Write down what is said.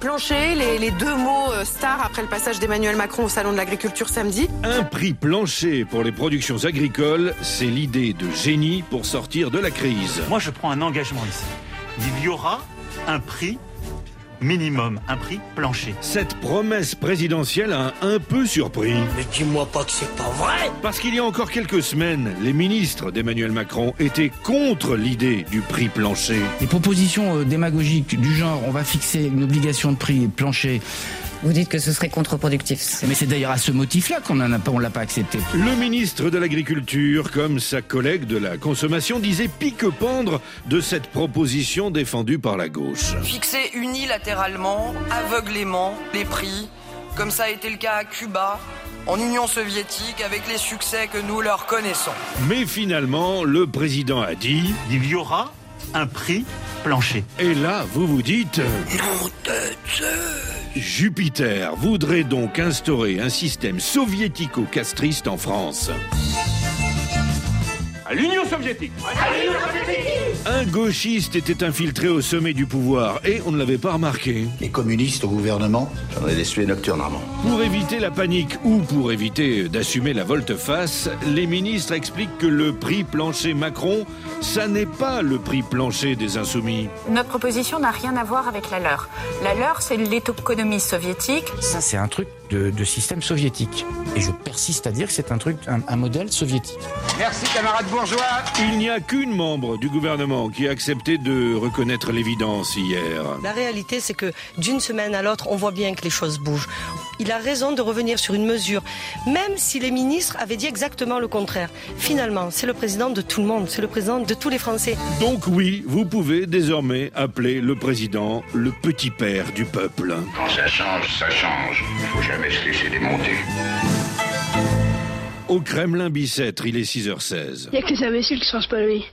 plancher, les, les deux mots euh, stars après le passage d'Emmanuel Macron au Salon de l'Agriculture samedi. Un prix plancher pour les productions agricoles, c'est l'idée de génie pour sortir de la crise. Moi, je prends un engagement ici. Il y aura un prix minimum, un prix plancher. Cette promesse présidentielle a un peu surpris. Mais dis-moi pas que c'est pas vrai Parce qu'il y a encore quelques semaines, les ministres d'Emmanuel Macron étaient contre l'idée du prix plancher. Les propositions euh, démagogiques du genre on va fixer une obligation de prix plancher, Vous dites que ce serait contre-productif. C'est- mais c'est d'ailleurs à ce motif-là qu'on en a pas- on l'a pas accepté. Le ministre de l'Agriculture, comme sa collègue de la Consommation, disait pique-pendre de cette proposition défendue par la gauche. fixer unilatéralement, aveuglément, les prix, comme ça a été le cas à Cuba, en Union soviétique, avec les succès que nous leur connaissons. Mais finalement, le président a dit, Il y aura un prix plancher. et là, vous vous dites... Jupiter voudrait donc instaurer un système soviético-castriste en France. À l'Union soviétique Un gauchiste était infiltré au sommet du pouvoir et on ne l'avait pas remarqué. Les communistes au gouvernement J'en ai des nocturnes, Armand. Pour éviter la panique ou pour éviter d'assumer la volte-face, les ministres expliquent que le prix plancher Macron, ça n'est pas le prix plancher des insoumis. Notre proposition n'a rien à voir avec la leur. La leur, c'est l'économie soviétique. Ça, c'est un truc de, de système soviétique. Et je persiste à dire que c'est un truc, un, un modèle soviétique. Merci camarade bourgeois Il n'y a qu'une membre du gouvernement qui a accepté de reconnaître l'évidence hier. La réalité, c'est que d'une semaine à l'autre, on voit bien que les choses bougent. Il a raison de revenir sur une mesure, même si les ministres avaient dit exactement le contraire. Finalement, c'est le président de tout le monde, c'est le président de tous les Français. Donc oui, vous pouvez désormais appeler le président le petit père du peuple. Quand ça change, ça change. Il faut jamais se laisser démonter. Au Kremlin Bicêtre, il est 6h16. Il n'y a que des imbéciles qui se pensent pas lui.